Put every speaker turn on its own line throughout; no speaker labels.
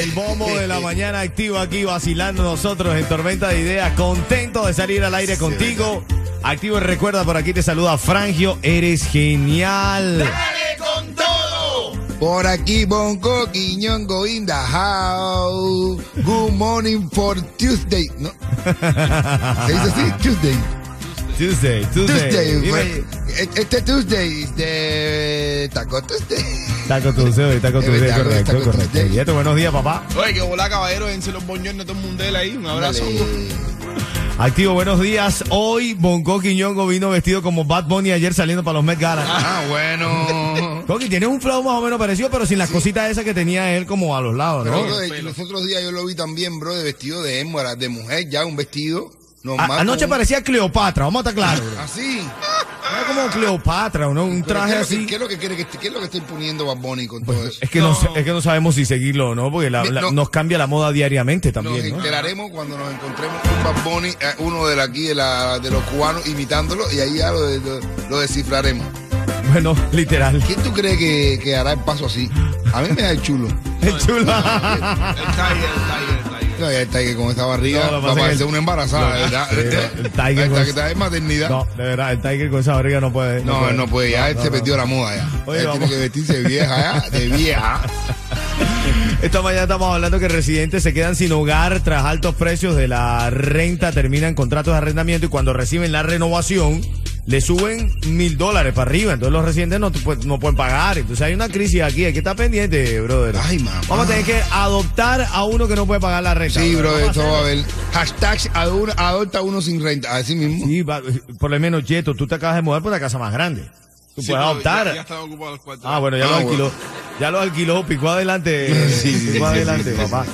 El bombo de la mañana activo aquí, vacilando nosotros en Tormenta de Ideas. Contento de salir al aire contigo. Activo y recuerda, por aquí te saluda Frangio. Eres genial.
Por aquí, Bonco Quiñongo in the house. Good morning for Tuesday. No. ¿Se dice así? Tuesday.
Tuesday, Tuesday.
Tuesday.
Dime-
bueno, e- este Tuesday es de Taco Tuesday.
Taco Tuesday, Taco
Es
Tuesday,
verdad,
correcto,
Taco
correcto.
Tuesday.
Y esto, buenos días, papá.
Oye, que hola caballero, dense los boñones todo el mundo de ahí. Un abrazo.
Activo, buenos días. Hoy Bonco Quiñongo vino vestido como Bad Bunny ayer saliendo para los Met Gala.
Ah, bueno.
Coqui, tienes un flow más o menos parecido, pero sin las cositas esas que tenía él como a los lados, ¿no?
Bro, de- los otros días yo lo vi también, bro, de vestido de émora, de mujer, ya un vestido normal.
A- anoche
con-
parecía Cleopatra, vamos a estar claros. bro.
Así.
Era como Cleopatra, ¿no? un
Pero
traje
¿qué es lo que-
así. Pues, eh,
¿Qué es lo que quiere que est- qué es lo que está imponiendo Bad Bunny con todo eso?
Es que, no. sa- es que no sabemos si seguirlo o no, porque la- la-
No.
nos cambia la moda diariamente
Nos
también, ¿no?
enteraremos cuando nos encontremos un Bad Bunny, eh, uno de la- aquí de, la- de los cubanos imitándolo y ahí ya lo, de- lo- lo descifraremos.
Bueno, literal.
¿Quién tú crees que, que hará el paso así? A mí me da el chulo.
El chulo.
El Tiger, el Tiger, el Tiger.
No, ya está que con esta
No,
barriga
lo que
va
pasa
a
es que
parecer
el-
una embarazada,
no,
¿verdad?
sí,
Este-
el Tiger
esta
con-
que está de maternidad. No,
No, de verdad, el Tiger con esa barriga no puede.
no, puede, no puede, ya él
no,
se
no.
perdió la moda ya.
Oye,
él
vamos.
tiene que vestirse de vieja ya, de vieja.
Esta mañana estamos hablando que residentes se quedan sin hogar tras altos precios de la renta, terminan contratos de arrendamiento y cuando reciben la renovación le suben mil dólares para arriba. Entonces los residentes no, pu- no pueden pagar. Entonces hay una crisis aquí, hay que estar pendiente, brother.
Ay, mamá.
Vamos a tener que adoptar a uno que no puede pagar la renta.
Sí, bro,
brother.
esto va a haber. Hashtag adu- adopta uno sin renta, así mismo.
Sí, va- por lo menos, Yeto, tú te acabas de mudar por una casa más grande. Tú puedes
Sí, pero
adoptar.
Ya, ya están ocupados los cuartos.
Ah, bueno, ya
Ah,
lo
bueno.
alquiló. Ya lo alquiló, picó adelante. eh,
Sí, sí, sí,
picó
sí,
adelante,
sí, sí,
papá.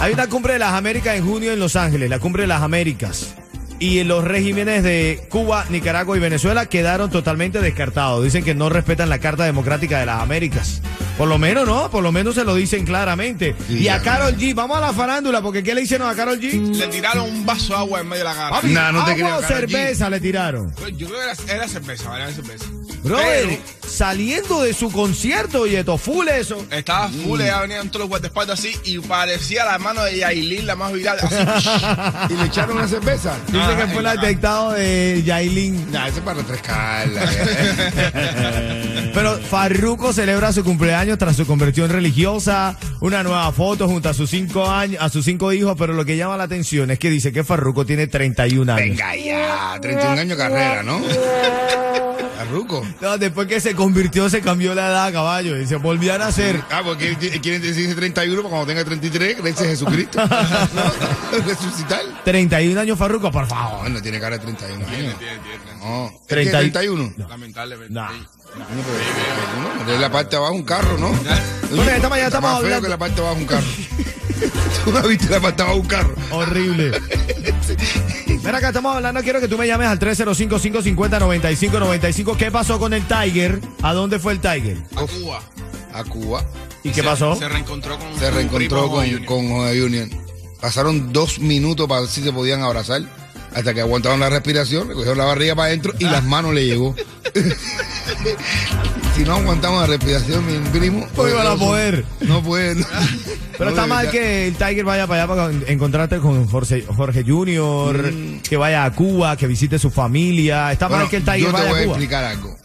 Hay una cumbre de las Américas en junio en Los Ángeles, la cumbre de las Américas. Y los regímenes de Cuba, Nicaragua y Venezuela quedaron totalmente descartados. Dicen que no respetan la Carta Democrática de las Américas. Por lo menos, ¿no? Por lo menos se lo dicen claramente.
Sí,
y a
ya. Mm.
Carol G, vamos a la farándula, porque ¿qué le hicieron a Carol G?
Le tiraron un vaso de agua en medio de la cara.
Papi,
Nah, no te
agua
creo,
o
Karol G.
cerveza le tiraron.
Yo creo que era, era cerveza, era cerveza.
Brother, saliendo de su concierto, y esto, full eso.
Pero estaba
Mm.
full, ya venían todos los guardaespaldas así y parecía la mano de Yailin, la más viral. Así.
¿Y le echaron una cerveza?
Dice
Ah,
que fue el
ah.
detectado de Yailin.
Nah, eso es para refrescarla.
Eh.
Pero Farruko celebra su cumpleaños tras su conversión religiosa, una nueva foto junto a sus cinco años, a sus cinco hijos, pero lo que llama la atención es que dice que Farruko tiene 31 años.
Venga ya, 31 años de carrera, ¿no? Arruco.
No, después que se convirtió se cambió la edad, caballo, y se volvió a nacer.
Ah, porque él- quieren decirse 31 para pues, cuando tenga 33, gracias a Jesucristo. ¿No? Resucitar.
31 años Farruko, por favor.
No, no tiene cara de 31 años.
Tiene, tiene, tiene.
No. ¿Es que
30 y-
31? No,
Lamentablemente.
Nah.
Sí.
pero 31, de la parte de abajo un carro, ¿no?
Bueno, esta mañana
Está
estamos
más feo
hablando-
que la parte de abajo un carro. Tú no viste la parte de abajo un carro.
Horrible. Mira acá, estamos hablando, quiero que tú me llames al 305-550-9595. ¿Qué pasó con el Tiger? ¿A dónde fue el Tiger?
A Cuba.
A Cuba
¿Y qué
Se-
pasó?
Se reencontró con
se
su primo
reencontró con,
Junior.
con José Union. Pasaron dos minutos para ver si se podían abrazar. Hasta que aguantaron la respiración, le cogieron la barriga para adentro y las manos le llegó. si no aguantamos la respiración, mi primo. pues,
No iban Pues a poder.
No puede. no.
Pero
No,
está
de
mal
verdad.
que el Tiger vaya para allá para encontrarte con Jorge, Jorge Junior, que vaya a Cuba, que visite su familia. Está
Mm. Bueno,
mal Ah, que el Tiger
yo te
vaya
voy a
a Cuba.
explicar algo.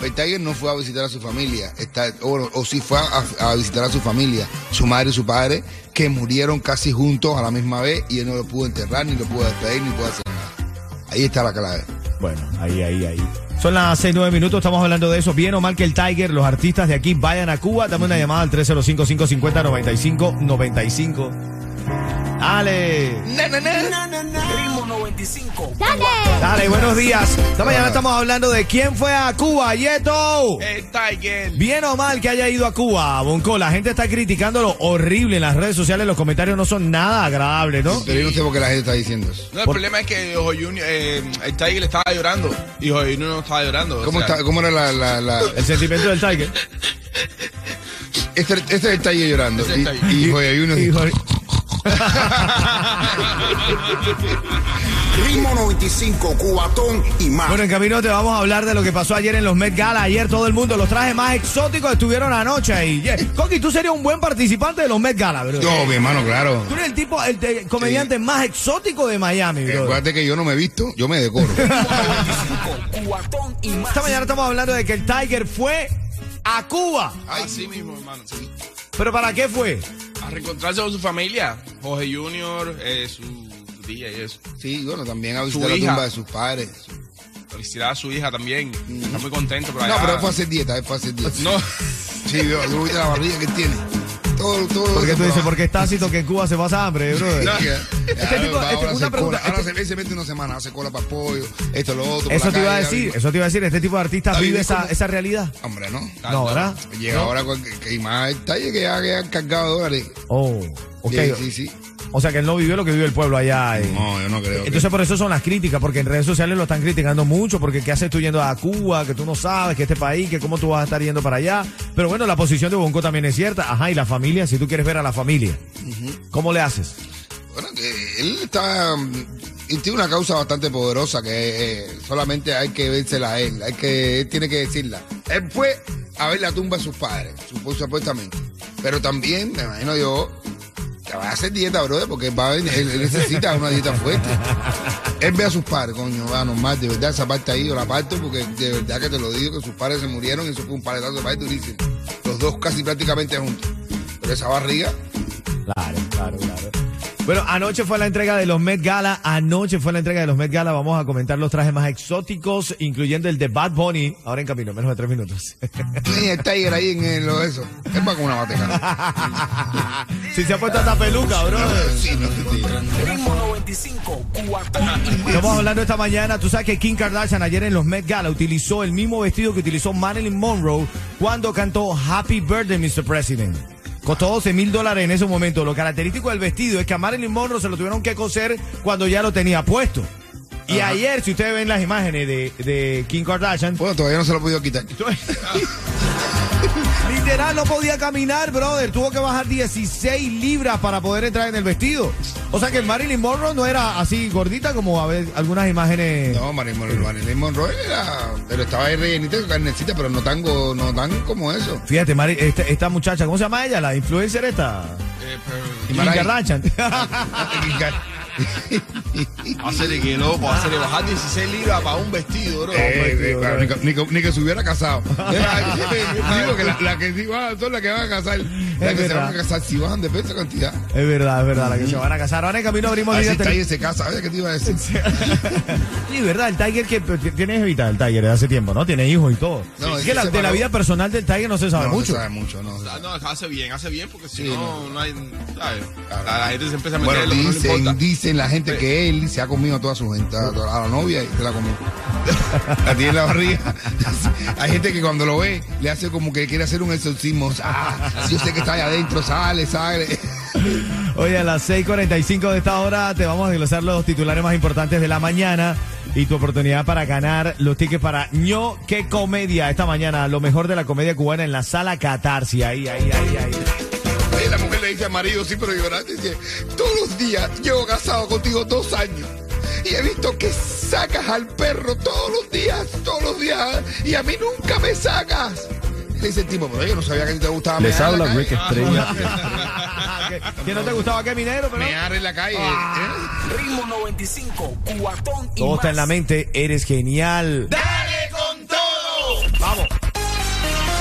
El Tiger no fue a visitar a su familia, está, o, o sí fue a, a visitar a su familia, su madre y su padre, que murieron casi juntos a la misma vez y él no lo pudo enterrar, ni lo pudo despedir, ni pudo hacer nada. Ahí está la clave.
Bueno, ahí, ahí, ahí. Son las 6, 9 minutos, estamos hablando de eso. Bien o mal que el Tiger, los artistas de aquí vayan a Cuba. Dame una llamada al 305-550-9595. Dale.
Ritmo 95.
25.
¡Dale!
Dale, buenos días. Esta mañana estamos hablando de quién fue a Cuba, Yeto.
El Eh, Tiger.
Bien o mal que haya ido a Cuba, Bonco. La gente está criticando lo horrible en las redes sociales. Los comentarios no son nada agradables, ¿no?
Pero yo no sé por qué la gente está diciendo eso.
No, el
Por-
problema es que Ojo Junior, eh, el Tiger estaba llorando y Ojo Junior no estaba llorando. o
¿Cómo,
sea,
está, ¿Cómo era la...? la- la-
El sentimiento del Tiger.
Este, este es el Tiger llorando.
Ese es
Y-
el Tiger.
Y, joder, hay uno...
Hijo,
Ritmo 95, Cubatón y más.
Bueno, en camino te vamos a hablar de lo que pasó ayer en los Met Gala. Ayer todo el mundo, los trajes más exóticos estuvieron anoche ahí. Yeah. Coqui, tú serías un buen participante de los Met Gala, bro.
No, mi hermano, claro.
Tú eres el tipo, el, te- comediante más exótico de Miami,
Eh,
bro.
Acuérdate que yo no me he visto, yo me decoro.
95, Cubatón y más.
Esta mañana estamos hablando de que el Tiger fue a Cuba.
Así mismo, hermano. sí.
¿Pero para qué fue?
A reencontrarse con su familia. Jorge Junior, eh, su tía y eso.
Sí, bueno, también a
Su
visitar la
hija.
tumba de sus padres.
Felicidad a su hija también. Está muy contento por
No,
allá.
pero él fue a hacer dieta, él fue a hacer dieta.
No,
Sí, yo, yo vi la barriga que él tiene. Todo, todo.
Porque tú dices, porque es tácito que en Cuba se pasa hambre, bro.
Este
tipo- este- una pregunta,
Ahora
este-
se, se mete una semana, hace cola para pollo, esto, lo otro. por
Eso
la
te iba a
calle,
decir,
la-
eso te iba a decir. Este tipo de artistas
La
vive
viví
esa,
como-
esa realidad.
Hombre, ¿no?
Ah, No, ¿verdad?
Llega ahora con que, que- y más el talle que ya, que ya han cargado dólares.
Oh, ok.
Sí, sí, sí.
O sea que él no vivió lo que vive el pueblo allá. eh.
No, yo no creo. que-
Entonces por eso son las críticas, porque en redes sociales lo están criticando mucho, porque qué haces tú yendo a Cuba, que tú no sabes, que este país, que cómo tú vas a estar yendo para allá. Pero bueno, la posición de Bonco también es cierta. Ajá, y la familia, si tú quieres ver a la familia, ¿cómo le haces?
Bueno, que él está. mm, él tiene una causa bastante poderosa que eh, solamente hay que vérsela a él. Hay que, él tiene que decirla. Él fue a ver la tumba de sus padres, supo- supuestamente. Pero también, me imagino yo, que va a hacer dieta, brother, porque va a venir- él, él necesita una dieta fuerte. Él ve a sus padres, coño, va normal, de verdad, esa parte ahí yo la parto, porque de verdad que te lo digo, que sus padres se murieron y eso fue un paletazo de país durísimo. Los dos casi prácticamente juntos. Pero esa barriga,
Claro, claro, claro. Bueno, anoche fue la entrega de los Met Gala. Anoche fue la entrega de los Met Gala. Vamos a comentar los trajes más exóticos, incluyendo el de Bad Bunny. Ahora en camino, menos de tres minutos.
ni el Tiger ahí en el- lo de eso. Él va con una bateca.
si se ha puesto hasta peluca, bro.
Sí, no te digo.
Ritmo 95, Cubatón y más.
Estamos hablando esta mañana, tú sabes que Kim Kardashian ayer en los Met Gala utilizó el mismo vestido que utilizó Marilyn Monroe cuando cantó Happy Birthday, Mr. President. Costó 12 mil dólares en ese momento. Lo característico del vestido es que a Marilyn Monroe se lo tuvieron que coser cuando ya lo tenía puesto. Y ayer, si ustedes ven las imágenes de, de Kim Kardashian,
Bueno, todavía no se lo he podido quitar.
Literal, no podía caminar, brother. Tuvo que bajar 16 libras para poder entrar en el vestido. O sea que Marilyn Monroe no era así gordita como a ver algunas imágenes.
No, Marilyn Monroe, Marilyn Monroe era, pero estaba ahí rellenita de carnecita, pero no tan, go- no tan como eso.
Fíjate, Mari- esta, esta muchacha, ¿cómo se llama ella? La influencer esta.
eh, pero-
Y
Kim
Mariah.
Kardashian.
Eh,
Hacerle que loco, hacerle bajar 16 libras para un vestido, bro.
Eh, eh,
tío,
claro,
no.
ni, que- ni que, ni que se hubiera casado. Eh, Era- digo que la, la que digo, ah, son las que van a casar. Las que se
verdad.
van a casar, si bajan de peso cantidad.
es verdad, es verdad, la que se van a casar. Ahora en camino abrimos
Así
líneas
está ahí
telefónicas.
se casa, ¿sabes qué te iba a decir?
Sí, verdad, el Tiger que que tiene evita el Tiger de hace tiempo, ¿no? Tiene hijos y todo.
No,
es
es
que
que
la-
se
de la
paró.
vida personal del Tiger no se sabe
No,
mucho.
se sabe mucho, no.
Ah, No, hace bien, hace bien porque si
Sí,
no, no, hay. ¿sabes?
Claro.
La, la gente se empieza a meter
Bueno,
en lo que no le
dicen,
importa. Pues,
dicen la gente que él se ha comido a toda su gente, a, toda- a la novia y se la comió. La tiene en la barriga. Hay gente que cuando lo ve le hace como que quiere hacer un exorcismo. Ah, yo sé que está ahí adentro, sale, sale.
Oye, a las 6.45 de esta hora te vamos a desglosar los titulares más importantes de la mañana y tu oportunidad para ganar los tickets para ño qué comedia esta mañana, lo mejor de la comedia cubana en la sala Catarsis. Ahí, ahí, ahí, ahí.
Y la mujer le dice al marido, sí, pero llorando, dice, todos los días llevo casado contigo dos años. Y he visto que sacas al perro todos los días, todos los días, y a mí nunca me sacas. Y Le dice el tipo, pero yo no sabía que a ti te gustaba
Les
mear en la
habla
calle".
Rick Estrella.
¿Que, que no te gustaba qué minero, pero.
Mear en la calle. ¿eh?
Ritmo 95, Cubatón y
Todo
más.
está en la mente, eres genial.
¡Dale con todo!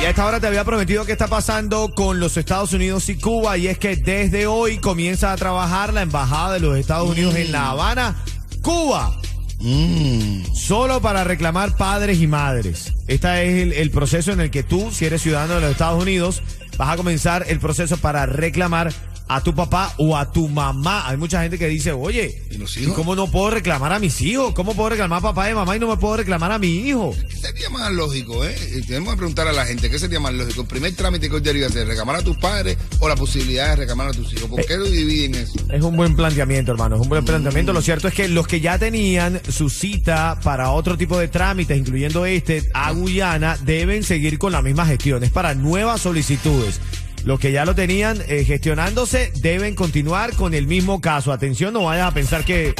Y a esta hora te había prometido que está pasando con los Estados Unidos y Cuba y es que desde hoy comienza a trabajar la Embajada de los Estados Unidos en La Habana, Cuba.
Mm.
Solo para reclamar padres y madres. Este es el, el proceso en el que tú, si eres ciudadano de los Estados Unidos, vas a comenzar el proceso para reclamar a tu papá o a tu mamá. Hay mucha gente que dice, oye,
¿Y los
¿y
hijos?
cómo no puedo reclamar a mis hijos? ¿Cómo puedo reclamar a papá y mamá y no me puedo reclamar a mi hijo?
¿Qué sería más lógico, eh? Y Tenemos que preguntar a la gente, ¿qué sería más lógico? ¿El primer trámite que hoy debería hacer? ¿Recamar a tus padres o la posibilidad de recamar a tus hijos?
Eh.
¿Por qué lo dividen eso?
Es un buen planteamiento, hermano. Es un buen planteamiento. Lo cierto es que los que ya tenían su cita para otro tipo de trámites, incluyendo este, a Guyana, deben seguir con las mismas gestiones para nuevas solicitudes. Los que ya lo tenían eh, gestionándose deben continuar con el mismo caso. Atención, no vayas a pensar que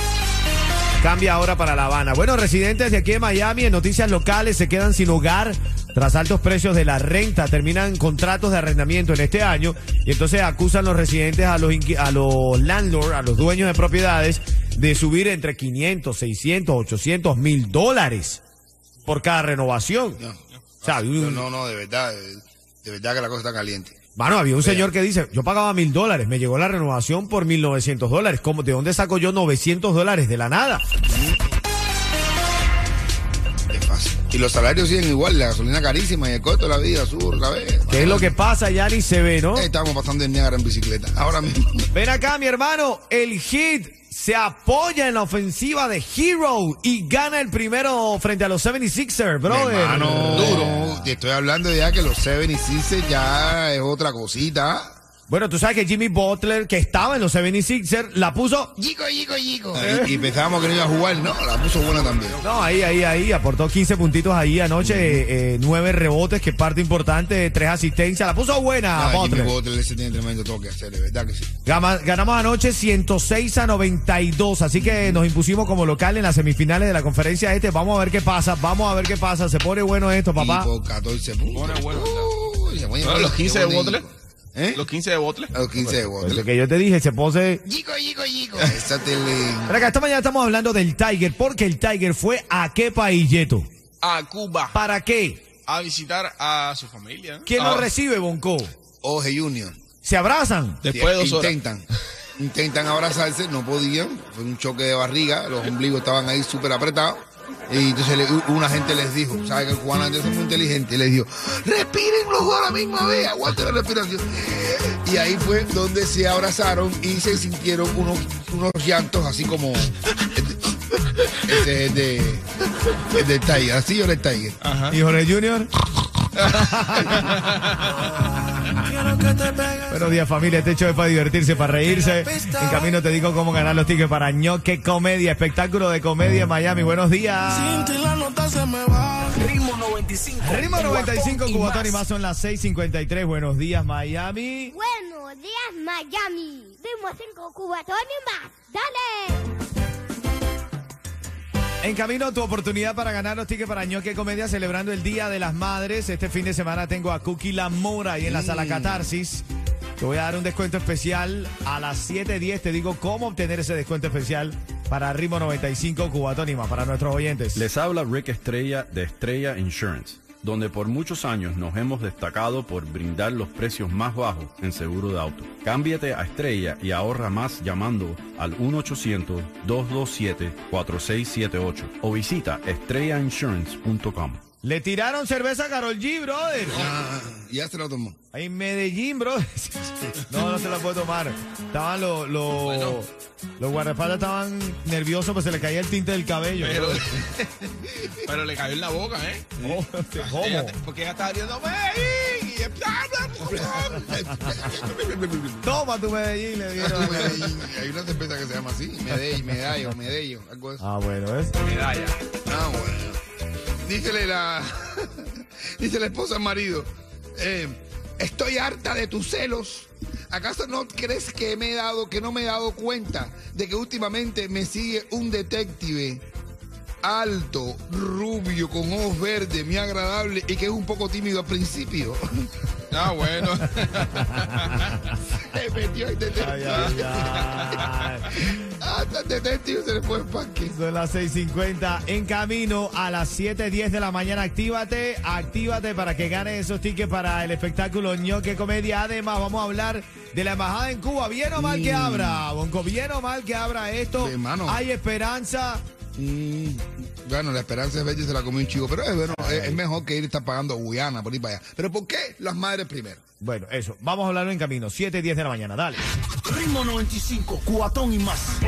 cambia ahora para La Habana. Bueno, residentes de aquí de Miami en noticias locales se quedan sin hogar tras altos precios de la renta. Terminan contratos de arrendamiento en este año y entonces acusan los residentes a los, inqui- a los landlords, a los dueños de propiedades, de subir entre 500, 600, 800 mil dólares por cada renovación. O sea,
No,
un-
no, no, de verdad, de, de verdad que la cosa está caliente.
Mano, había un señor que dice, yo pagaba mil dólares, me llegó la renovación por mil novecientos dólares. ¿Cómo, ¿De dónde saco yo novecientos dólares? De la nada.
Es fácil. Y los salarios siguen igual, la gasolina carísima y el costo de la vida sube otra vez.
¿Qué es lo que pasa? Ya ni se ve, ¿no?
Eh, Estamos pasando el Niágara en bicicleta, ahora mismo.
Ven acá, mi hermano. El Heat se apoya en la ofensiva de Hero y gana el primero frente a los 76ers, brother.
Hermano, duro. Te estoy hablando ya que los 76 ya es otra cosita.
Bueno, tú sabes que Jimmy Butler, que estaba en los 76ers, la puso.
Yico, yico, yico. Ah, Y, y pensábamos que no iba a jugar, no, la puso buena también.
No, ahí, ahí, ahí. Aportó 15 puntitos ahí anoche, eh, eh, nueve rebotes, que parte importante, tres asistencias. La puso buena,
Ah, Jimmy
Butler.
Butler ese tiene tremendo toque hacer, de verdad que sí.
Gama- Ganamos anoche 106 a 92, así que nos impusimos como local en las semifinales de la conferencia este. Vamos a ver qué pasa, vamos a ver qué pasa. Se pone bueno esto, papá.
Y por 14 puntos.
Pone bueno,
Uy, se pone
Bueno, los
qué
15 de
bonito.
Butler.
¿Eh?
Los 15 de Butler.
A Los 15 de
Pues lo
Butler.
que yo te dije, se pose.
Yico, yico, yico. Esa tele.
Pero acá esta mañana estamos hablando del Tiger, porque el Tiger fue a qué país, Yeto.
A Cuba.
¿Para qué?
A visitar a su familia. ¿no?
¿Quién
Ah,
lo recibe, Bonco?
Oje Junior.
¿Se abrazan?
Después de dos horas.
Intentan. Intentan abrazarse, no podían. Fue un choque de barriga, los ombligos estaban ahí súper apretados. Y entonces le- una gente les dijo, ¿sabe que Juan Andrés fue inteligente? Y les dijo, respiren los dos a la misma vez, aguanten la respiración. Y ahí fue donde se abrazaron y se sintieron unos, unos llantos así como... Ese es de, el de Tiger, así yo el Tiger.
¿Y Jorge Junior? Buenos días familia, este show es para divertirse, para reírse. En camino te digo cómo ganar los tickets para ñoque comedia, espectáculo de comedia en Miami. Buenos días.
Ritmo 95.
Ritmo 95
Cubatón
Cubatón y más son las 6:53. Buenos días Miami.
Buenos días, Miami. Dimos cinco cubatones más. ¡Dale!
En camino tu oportunidad para ganar los tickets para ñoque comedia celebrando el Día de las Madres. Este fin de semana tengo a Cookie La Mora y en la sala Catarsis. Te voy a dar un descuento especial a las 7:10. Te digo cómo obtener ese descuento especial para Ritmo 95 Cubatón y más para nuestros oyentes.
Les habla Rick Estrella de Estrella Insurance, donde por muchos años nos hemos destacado por brindar los precios más bajos en seguro de auto. Cámbiate a Estrella y ahorra más llamando al 1-800-227-4678 o visita estrellainsurance.com.
Le tiraron cerveza a Carol G, brother.
Ah, ya se lo tomó.
Ahí en Medellín, bro. No, no se la puedo tomar. Estaban los. los- Los guardaespaldas estaban nerviosos, pues se le caía el tinte del cabello.
Pero, pero le cayó en la boca, ¿eh?
Oh, ¿Cómo?
Ella- porque ella estaba abriendo "Ey", y
Toma tu Medellín, le dieron.
Medellín, Hay una cerveza que se llama así, Medellín, Medallo, Medello, algo así.
Ah, bueno, ¿ves?
Medalla.
Ah, bueno. Dícele la. Dice la esposa al marido. eh, estoy harta de tus celos. ¿Acaso no crees que me he dado, que no me he dado cuenta de que últimamente me sigue un detective alto, rubio, con ojos verdes, muy agradable y que es un poco tímido al principio?
Ah, bueno.
Se metió el
Ay,
detective. Ah,
ay, ay.
Hasta el detective se le fue el parque.
Son las 6:50. En camino a las 7:10 de la mañana. Actívate, actívate para que ganes esos tickets para el espectáculo ñoque comedia. Además, vamos a hablar de la embajada en Cuba. Bien o mal que abra, Bonco. Bien o mal que abra esto.
Sí, hermano.
Hay esperanza.
Mm, Bueno, la esperanza de Betty se la comió un chivo, pero es, bueno, es, es mejor que ir a estar pagando a Guyana por ir para allá. Pero ¿por qué las madres primero?
Bueno, eso. Vamos a hablarlo en camino. 7 y 10 de la mañana. Dale.
Ritmo 95, cuatón y más.